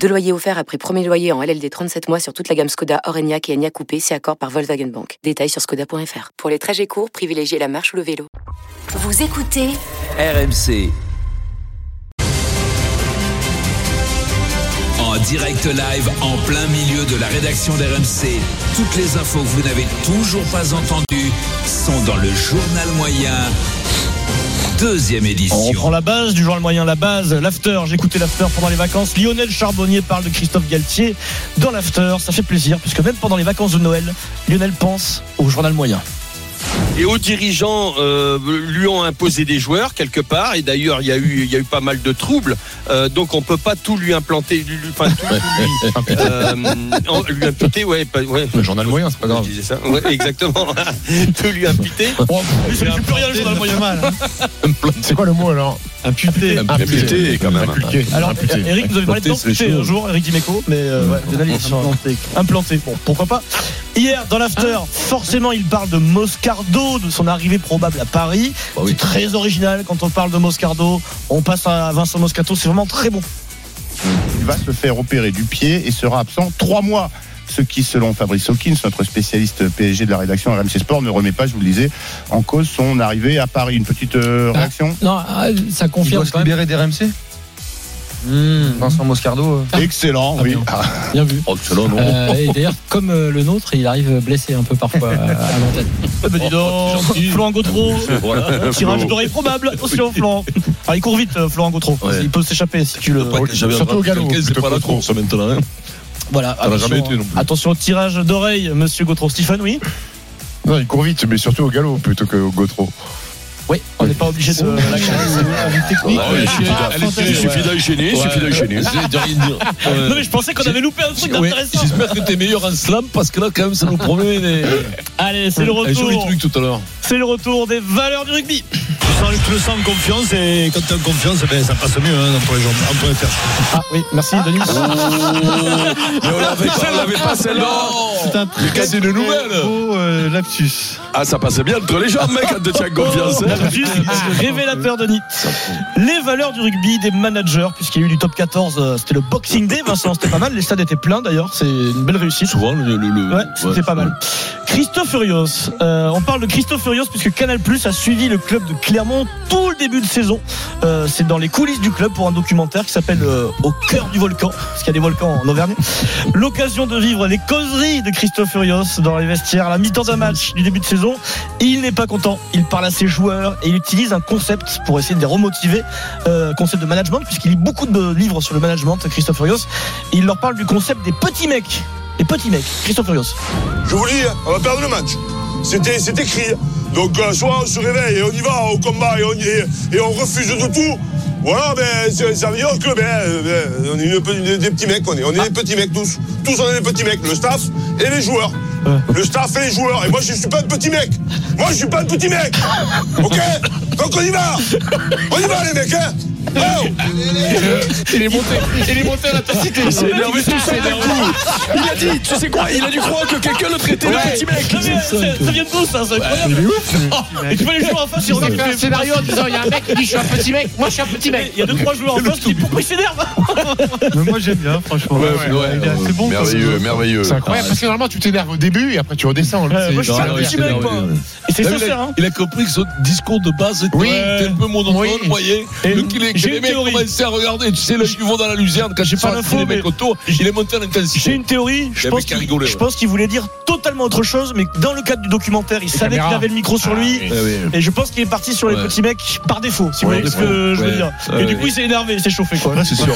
Deux loyers offerts après premier loyer en LLD 37 mois sur toute la gamme Skoda, Orenia et Enya Coupé, si accord par Volkswagen Bank. Détails sur skoda.fr. Pour les trajets courts, privilégiez la marche ou le vélo. Vous écoutez RMC. En direct live, en plein milieu de la rédaction d'RMC, toutes les infos que vous n'avez toujours pas entendues sont dans le journal moyen. Deuxième On édition. prend la base, du journal moyen, la base, l'after. J'écoutais l'after pendant les vacances. Lionel Charbonnier parle de Christophe Galtier dans l'after. Ça fait plaisir, puisque même pendant les vacances de Noël, Lionel pense au journal moyen. et aux dirigeants euh, lui ont imposé des joueurs quelque part et d'ailleurs il y a eu il y a eu pas mal de troubles Euh, donc on peut pas tout lui implanter lui, lui- enfin, tout, tout lui, euh, en- lui imputer ouais, pas- ouais. Le journal moyen, c'est pas grave. Je disais ça. Ouais, exactement tout lui imputer Je ne plus rien, le journal moyen. C'est quoi le mot alors Imputé. Imputé, quand même. Imputé. Alors, Eric nous avait parlé de Implanter, Ah, c'est Ah, l'amputé chaud. un jour, Eric Dimeco, mais euh, ouais, vous allez implanté. implanté. Bon, pourquoi pas. Hier, dans l'after, Ah. forcément, il parle de Moscardo, de son arrivée probable à Paris. Bah oui. C'est très original quand on parle de Moscardo. On passe à Vincent Moscato, c'est vraiment très bon. Il va se faire opérer du pied et sera absent trois mois. Ce qui, selon Fabrice Hawkins, notre spécialiste PSG de la rédaction RMC Sport, ne remet pas, je vous le disais, en cause son arrivée à Paris. Une petite euh, Ah. réaction Non, ah, ça Il doit confirme se quand même. libérer des RMC Vincent Moscardo euh. Ah. Excellent, Ah, oui. bien. Ah, Bien vu. Oh, excellent, non Euh, et d'ailleurs, comme euh, le nôtre, il arrive blessé un peu parfois euh, à l'antenne. Eh ben dis donc, Florent Gautreau, Voilà. tirage d'oreille probable. Attention, Florent. Alors, il court vite, euh, Florent Gautreau. Ouais. Il peut s'échapper si tu le. Surtout au galop. C'est pas la course maintenant. hein. Voilà. Ça n'a attention, jamais été non plus. Attention au tirage d'oreille, monsieur Gautreau. Stéphane, oui. Non, il court vite, mais surtout au galop plutôt qu'au Gautreau. Oui. On n'est pas obligé de la technique. Ah, Il suffit d'enchaîner, il suffit d'enchaîner. Euh, Non, mais je pensais qu'on avait loupé un truc intéressant. J'espère que t'es meilleur en slam parce que là, quand même, ça nous promet des. Allez, c'est le un joli retour. truc tout à l'heure. C'est le retour des valeurs du rugby. Tu le sens en confiance et quand tu en confiance, ben, ça passe mieux hein, entre les jambes, entre les perches. Ah oui, merci Denis. Mais on l'avait pas, on l'avait pas celle-là. C'est un Mais quand c'est une nouvelle. euh, lapsus. Ah, ça passait bien entre les jambes, mec, quand tu tiens confiance. hein. Ah, Juste Oh, révélateur Denis. Les valeurs du rugby des managers, puisqu'il y a eu du top 14, euh, c'était le Boxing Day, Vincent, c'était pas mal, les stades étaient pleins d'ailleurs, c'est une belle réussite. Souvent, le. le- le- Ouais, c'était pas mal. Christophe Furios, euh, on parle de Christophe Furios puisque Canal Plus a suivi le club de Clermont tout le début de saison. Euh, c'est dans les coulisses du club pour un documentaire qui s'appelle euh, Au cœur du volcan, parce qu'il y a des volcans en Auvergne. L'occasion de vivre les causeries de Christophe Furios dans les vestiaires à la mi-temps d'un match du début de saison. Il n'est pas content, il parle à ses joueurs et il utilise un concept pour essayer de les remotiver, euh, concept de management, puisqu'il lit beaucoup de livres sur le management, Christophe Furios. Et il leur parle du concept des petits mecs. Les petits mecs, Christophe Furios. Je vous le dis, hein, on va perdre le match. C'était c'est écrit. Donc euh, soit on se réveille et on y va au combat et on, et- et on refuse de tout. Voilà, ben, c'est- ça veut dire que ben, euh, ben, on est une pe- des- des petits mecs, on est, on est des petits mecs tous. Tous on est des petits mecs, le staff et les joueurs. Le staff et les joueurs. Et moi je suis pas un petit mec. Moi je suis pas un petit mec. Ok Donc on y va On y va les mecs, hein Oh C'est énervé tout ça d'un coup. Il a dit, tu sais quoi, il a dû croire que quelqu'un le traitait de petit mec. Non, mais Eh, Ça ça- ça vient de vous, ça, c'est incroyable. Oh, Et tu vois les joueurs en face, ils regardent. un scénario en disant il y a un mec qui dit je suis un petit mec, moi je suis un petit mec. Il y a deux, trois joueurs en face qui disent pourquoi ils s'énervent moi j'aime bien, franchement. C'est bon. Merveilleux, merveilleux. C'est incroyable. Ouais, parce que normalement tu t'énerves au début et après tu redescends. hein. Euh, Moi, je suis Non, un ouais, petit c'est mec, énervé, moi. ouais. Et c'est Ah, mais sincère, là, hein. Il a compris que son discours de base était Oui. était un peu monotone, Oui. vous voyez. Et Donc il est, que j'ai les une mecs théorie. commençaient à regarder, tu sais, là, ils vont dans la luzerne, quand je sais Sans pas, l'info, les mecs mais- autour, il est monté en J'ai intensité. une théorie, Il y je a pense mec qui a qu'il rigolé, je ouais. pense qu'il voulait dire totalement autre chose, mais dans le cadre du documentaire, il savait qu'il caméras. avait le micro sur lui. Eh oui. Et je pense qu'il est parti sur les Ouais. petits mecs par défaut, si vous Ouais, voyez ce que je veux ouais. dire. Ouais, Et du ouais. coup, il s'est énervé, il s'est chauffé, quoi. c'est sûr.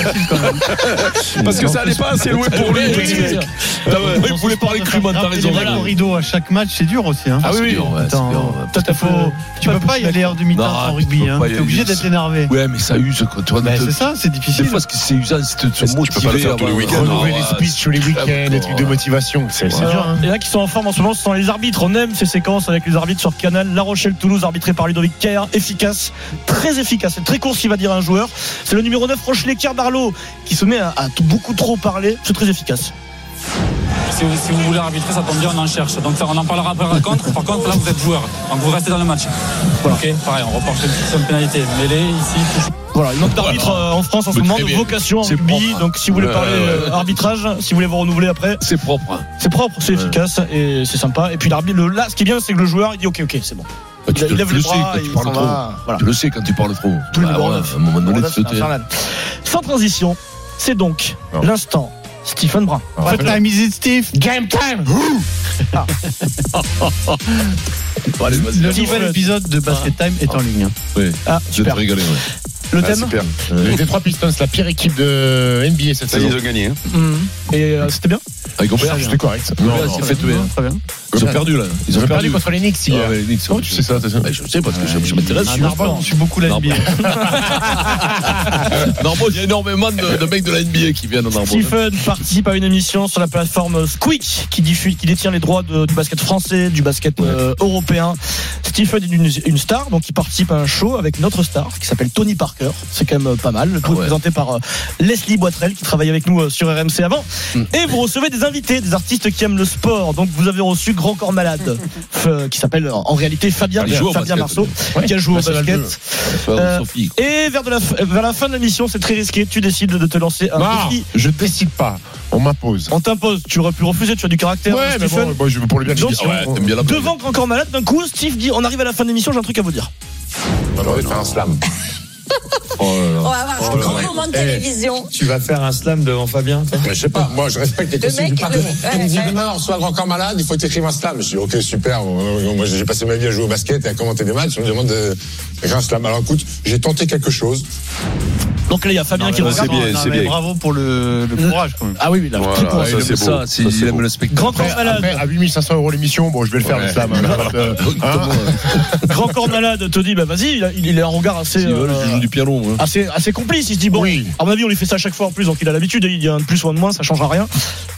Parce que ça allait pas assez loin pour lui, petit mec. Moi, Il voulait parler crûment, t'as raison. rideau à chaque match, c'est dur aussi. Hein. Ah oui, oui. Attends, toi, t'as faut- Tu peux pas y aller en demi éteinte en rugby. hein. T'es obligé d'être énervé. Ouais, mais ça use quand tu vois. Bah, te- c'est ça, c'est Des difficile. fois, ce que c'est usant, c'est de se motiver. peux pas le faire tous les à- week-ends, renouveler non, les ouais. speeches tous les week-ends, les trucs de motivation. C'est C'est dur. hein. Et là, qui sont en forme en ce moment, ce sont les arbitres. On aime ces séquences avec les arbitres sur Canal. La Rochelle-Toulouse, arbitré par Ludovic Kerr. Efficace, très efficace. C'est très court ce qu'il va dire un joueur. C'est le numéro 9, Rochelet Kerbarlo, qui se met à, à tout- beaucoup trop parler. C'est très efficace. Si vous, si vous voulez arbitrer, ça tombe bien, on en cherche. Donc ça, on en parlera par contre. Par contre, là, vous êtes joueur. Donc vous restez dans le match. Ok, pareil, on reporte une petite pénalité. Mêlée, ici, touche. Voilà, il manque d'arbitres euh, en France en ce Mais moment, très de bien. vocation en C'est rugby. propre. Donc si vous voulez Ouais, parler ouais. euh, arbitrage, si vous voulez vous renouveler après. C'est propre. C'est propre, c'est efficace et c'est sympa. Et puis l'arbitre, le- là, ce qui est bien, c'est que le joueur, il dit ok, ok, c'est bon. Bah, tu, Il- te- il lève tu les le sais bras, quand tu il Ah, parles s'en trop. va, voilà. Tu le sais quand tu parles trop. Tout le Bah, numéro voilà, neuf. à un moment donné, Numéro tu neuf, c'est infernal. Sans transition, c'est donc l'instant Stephen Brun. What time is it, Steve Game time Le nouvel épisode de Basket Time est en ligne. Oui, ah, je vais te rigoler. Le thème Les Detroit Pistons, la pire équipe de NBA cette Ça y est, saison. ils ont gagné. hein. Et euh, c'était bien Avec Gobert, C'était correct. Non, Gobert, non, il s'est non, fait non, tuer, non, hein. Très bien. Ils ont perdu là. Ils ont perdu contre les Knicks Ah hier. ouais, les Knicks, Comment tu sais ça t'as ça Bah, Je sais parce que je, je m'intéresse. Un je suis au arbre, sport. je suis beaucoup la Normal. NBA. Normal, il y a énormément de, de mecs de la NBA qui viennent en arbre. Stephen participe à une émission sur la plateforme Squeak qui diffuse, qui détient les droits de- du basket français, du basket euh, européen. Stephen est une, une star, donc il participe à un show avec notre star qui s'appelle Tony Parker. C'est quand même euh, pas mal. Le Ah truc présenté par euh, Leslie Boitrel qui travaille avec nous euh, sur RMC avant. Hmm. Et vous recevez des invités, des artistes qui aiment le sport. Donc vous avez reçu Grand Corps Malade f- qui s'appelle euh, en réalité Fabien, Il joue au Fabien basket, Marceau Ouais. Bah, qui a joué au National basket. Bleu. Bonsoir, Euh, Sophie. Et vers, de la, f- euh, vers la fin de la mission, c'est très risqué. Tu décides de te lancer un Non, défi. je décide pas. On m'impose. On t'impose, tu aurais pu refuser, tu as du caractère. hein, Ouais, mais Stephen. bon, moi, je veux pour le bien du Donc, mission. Ouais, t'aimes bien la Devant Grand Corps Malade, d'un coup, Steve dit On arrive à la fin de l'émission, j'ai un truc à vous dire. On va faire un slam. Oh Eh. là là. On va avoir un grand moment de télévision. Tu vas faire un slam devant Fabien toi Mais je sais pas, moi je respecte les Le consignes mec, du patron. le- ouais, Il me dit ouais. demain, on reçoit grand corps malade, il faut t'écrire un slam. Je dis ok, super. euh, Moi j'ai passé ma vie à jouer au basket et à commenter des matchs. On me demande de- d'écrire un slam. Alors écoute, j'ai tenté quelque chose. Donc là, il y a Fabien qui c'est regarde. bien, Non, c'est mais bien. bravo. Bravo pour le, le courage quand même. Ah oui, oui, là. Voilà, petit point. il ça, aime c'est beau. ça, c'est- Ça, c'est il aime beau. le spectacle. Grand Corps Après, après, Malade. à 8500 euros l'émission, bon, je vais le faire Ouais. le slam. hein. Euh, hein. Grand Corps Malade te dit Bah vas-y, il a, il a un regard assez. S'ils veulent, euh, je joue du piano. moi. Assez, assez complice, il se dit bon, Oui. à mon avis on lui fait ça à chaque fois en plus, donc il a l'habitude, il y a un de plus ou un de moins, ça changera rien.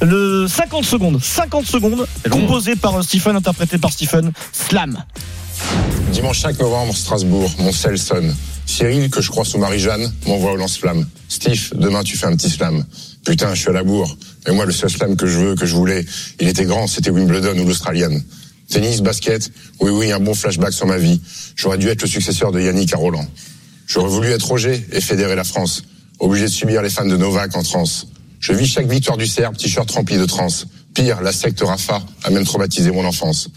Le 50 secondes, 50 secondes, composé par euh, Stephen, interprété par Stephen, slam. Dimanche 5 novembre, Strasbourg, mon sel sonne. Cyril, que je crois sous Marie-Jeanne, m'envoie au lance-flamme. Steve, demain tu fais un petit slam. Putain, je suis à la bourre. Mais moi, le seul slam que je veux, que je voulais, il était grand, c'était Wimbledon ou l'Australienne. Tennis, basket, oui, oui, un bon flashback sur ma vie. J'aurais dû être le successeur de Yannick à Roland. J'aurais voulu être Roger et fédérer la France. Obligé de subir les fans de Novak en transe. Je vis chaque victoire du Serbe, t-shirt rempli de transe. Pire, la secte Rafa a même traumatisé mon enfance.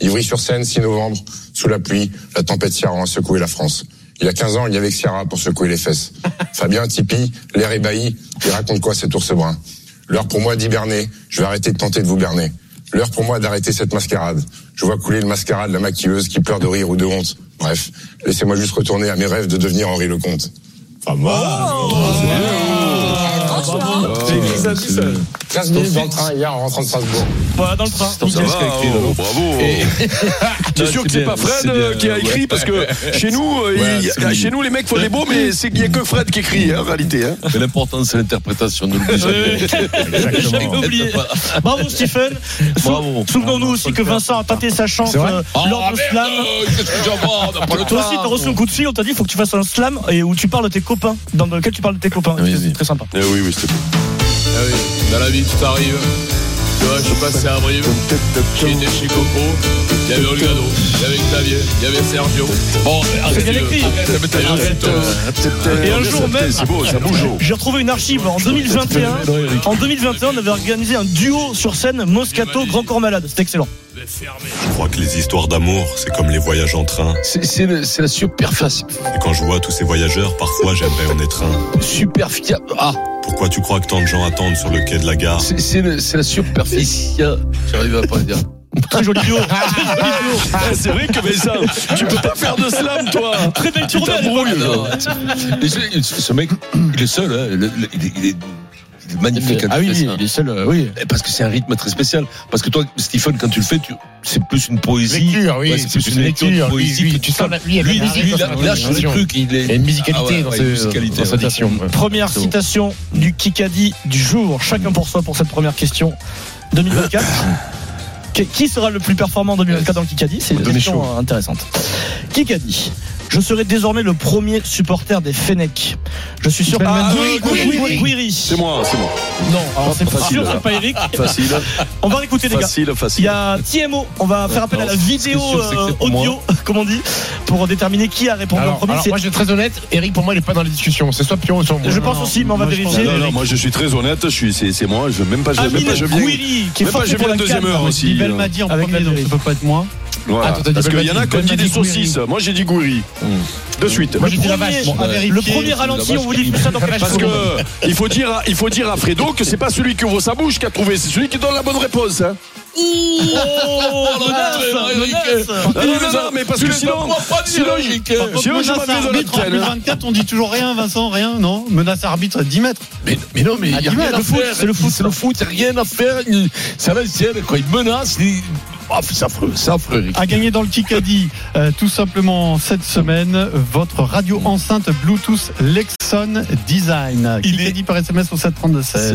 Ivry-sur-Seine, 6 novembre, sous la pluie, la tempête Ciaran a secoué la France. Il y a 15 ans, il y avait que Ciara pour secouer les fesses. Fabien, Tipeee, l'air ébahi, il raconte quoi cet ours brun L'heure pour moi d'hiberner, je vais arrêter de tenter de vous berner. L'heure pour moi d'arrêter cette mascarade. Je vois couler le mascarade, la maquilleuse qui pleure de rire ou de honte. Bref, laissez-moi juste retourner à mes rêves de devenir Henri Lecomte. Pas mal Franchement, C'est- 15 minutes dans le train hier en rentrant de Strasbourg. Voilà, dans le train. Ça va, oh, bravo Non, T'es sûr c'est que c'est bien, pas Fred c'est euh, bien, qui a ouais. écrit Parce que chez nous, euh, Ouais, il- c'est mignon. chez nous les mecs font les beaux, mais c'est qu'il n'y a que Fred qui écrit hein, en réalité. hein. Mais l'important, c'est l'interprétation de l'objet. J'avais oublié. Bravo Stephen. Sou- Bravo. Souvenons-nous aussi que Vincent a tenté sa chance C'est vrai euh, Oh, lors de merde, slam. euh, Qu'est-ce que j'aborde après le Euh, Toi aussi, t'as reçu un coup de fil, on t'a dit, faut que tu fasses un slam et où tu parles de tes copains, dans lequel tu parles de tes copains. Oui, c'est oui. très sympa. Eh oui, oui, c'était Ah oui, dans la vie, tout arrive. hein. Tu vois, je suis passé à Brive. J'étais chez Coco. Il y avait Olgado, il y avait Xavier, il y avait Sergio. Bon, arrête, bien euh, écrit. arrête, mais t'as vu, c'est, euh, Et un beau. jour même, C'est beau, ça bouge. j'ai retrouvé une archive en 2021. En 2021, on avait organisé un duo sur scène Moscato Grand Corps Malade. C'était excellent. Je crois que les histoires d'amour, c'est comme les voyages en train. C'est c'est le- c'est la superface. Et quand je vois tous ces voyageurs, parfois j'aimerais en être un. Superfia. Ah, Pourquoi tu crois que tant de gens attendent sur le quai de la gare c'est- c'est le- c'est la superficie. J'arrive à pas le dire. Très joli duo. Très joli duo. Eh, C'est vrai que Vincent, tu peux pas faire de slam, toi. Ah, Très belle tournée à l'époque. Ah non, mais c'est- Ce mec, il est seul. hein. Le- le- Il est- il est du magnifique Ah oui, Adrien. oui, il est seul, euh, oui. Et Eh, Parce que c'est un rythme très spécial. Parce que toi, Stephen, quand tu le fais, tu... c'est plus une poésie. Lecture, oui, Ouais, c'est plus une lecture, de poésie. Lui, que lui, tu tu sens la- lui, il y lui, avait lui, un rythme il dans sa lâche le diction. truc. Il, est... Il y a une musicalité Ah ouais, dans ouais, ce- une musicalité, dans sa ouais. diction, ouais. Première C'est bon. citation du Kikadi du jour. Chacun pour soi pour cette première question. 2024. Qui- Qui sera le plus performant en 2024 dans le Kikadi C'est une Donnez question chaud. euh, intéressante. Kikadi. Je serai désormais le premier supporter des Fenech. Je suis sûr. Ah, Ben Manu- Gouiri, Gouiri. Gouiri, Gouiri. C'est moi, c'est moi. Non, alors c'est Facile. sûr, c'est pas Eric. Facile. On va réécouter les gars. Facile, Il y facile. a TMO, on va faire appel à la Alors, vidéo ce qui est sûr, c'est que c'est euh, pour audio, comme on dit, pour déterminer qui a répondu en Alors, premier. alors, C'est- moi, je vais être très honnête. Eric, pour moi, il est pas dans les discussions. C'est soit Pion, soit moi. Je pense aussi, mais on va Moi, je pense- vérifier. Non, non, moi je suis très honnête, je suis, c'est, c'est moi, je même pas, je, même pas, Amine je viens, Ah, Gouiri, qui est même pas, forfait je pour viens la deuxième Cannes, heure avec aussi. euh. Belmadi en Avec premier, les donc deux. ça peut pas être moi. Voilà. Ah, toi, t'as dit Parce qu'il y en a Belmadi, qui ont dit Belmadi, des Gouiri. saucisses, moi j'ai dit gouri. De suite. Moi, Le j'ai dit la premier- vache. Bon, à le vérifier. premier ralenti, on vous dit tout ça dans quelques Parce Parce que secondes. euh, il faut dire, à- il faut dire à Fredo que c'est pas celui qui ouvre sa bouche qui a trouvé, c'est celui qui donne la bonne réponse. hein. Oh, menace, menace. Non, non, non, non, mais parce que sinon, sinon, je- sinon, je Menace m'en vais arbitre en hein. dans la hein. tête. 2024, on dit toujours rien, Vincent, rien, non Menace arbitre à 10 mètres. Mais, mais non, mais il n'y a Ah, dis-moi, rien le à foot, faire. c'est le foot. C'est le foot, il n'y a rien à faire. Il- C'est à l'ancienne, quoi. Il menace. Il... Ah, c'est affreux, c'est affreux, Eric. A gagné dans le Kikadi, euh, tout simplement cette semaine, votre radio enceinte Bluetooth Lexon Design. Il Kikadi par SMS au 732 16.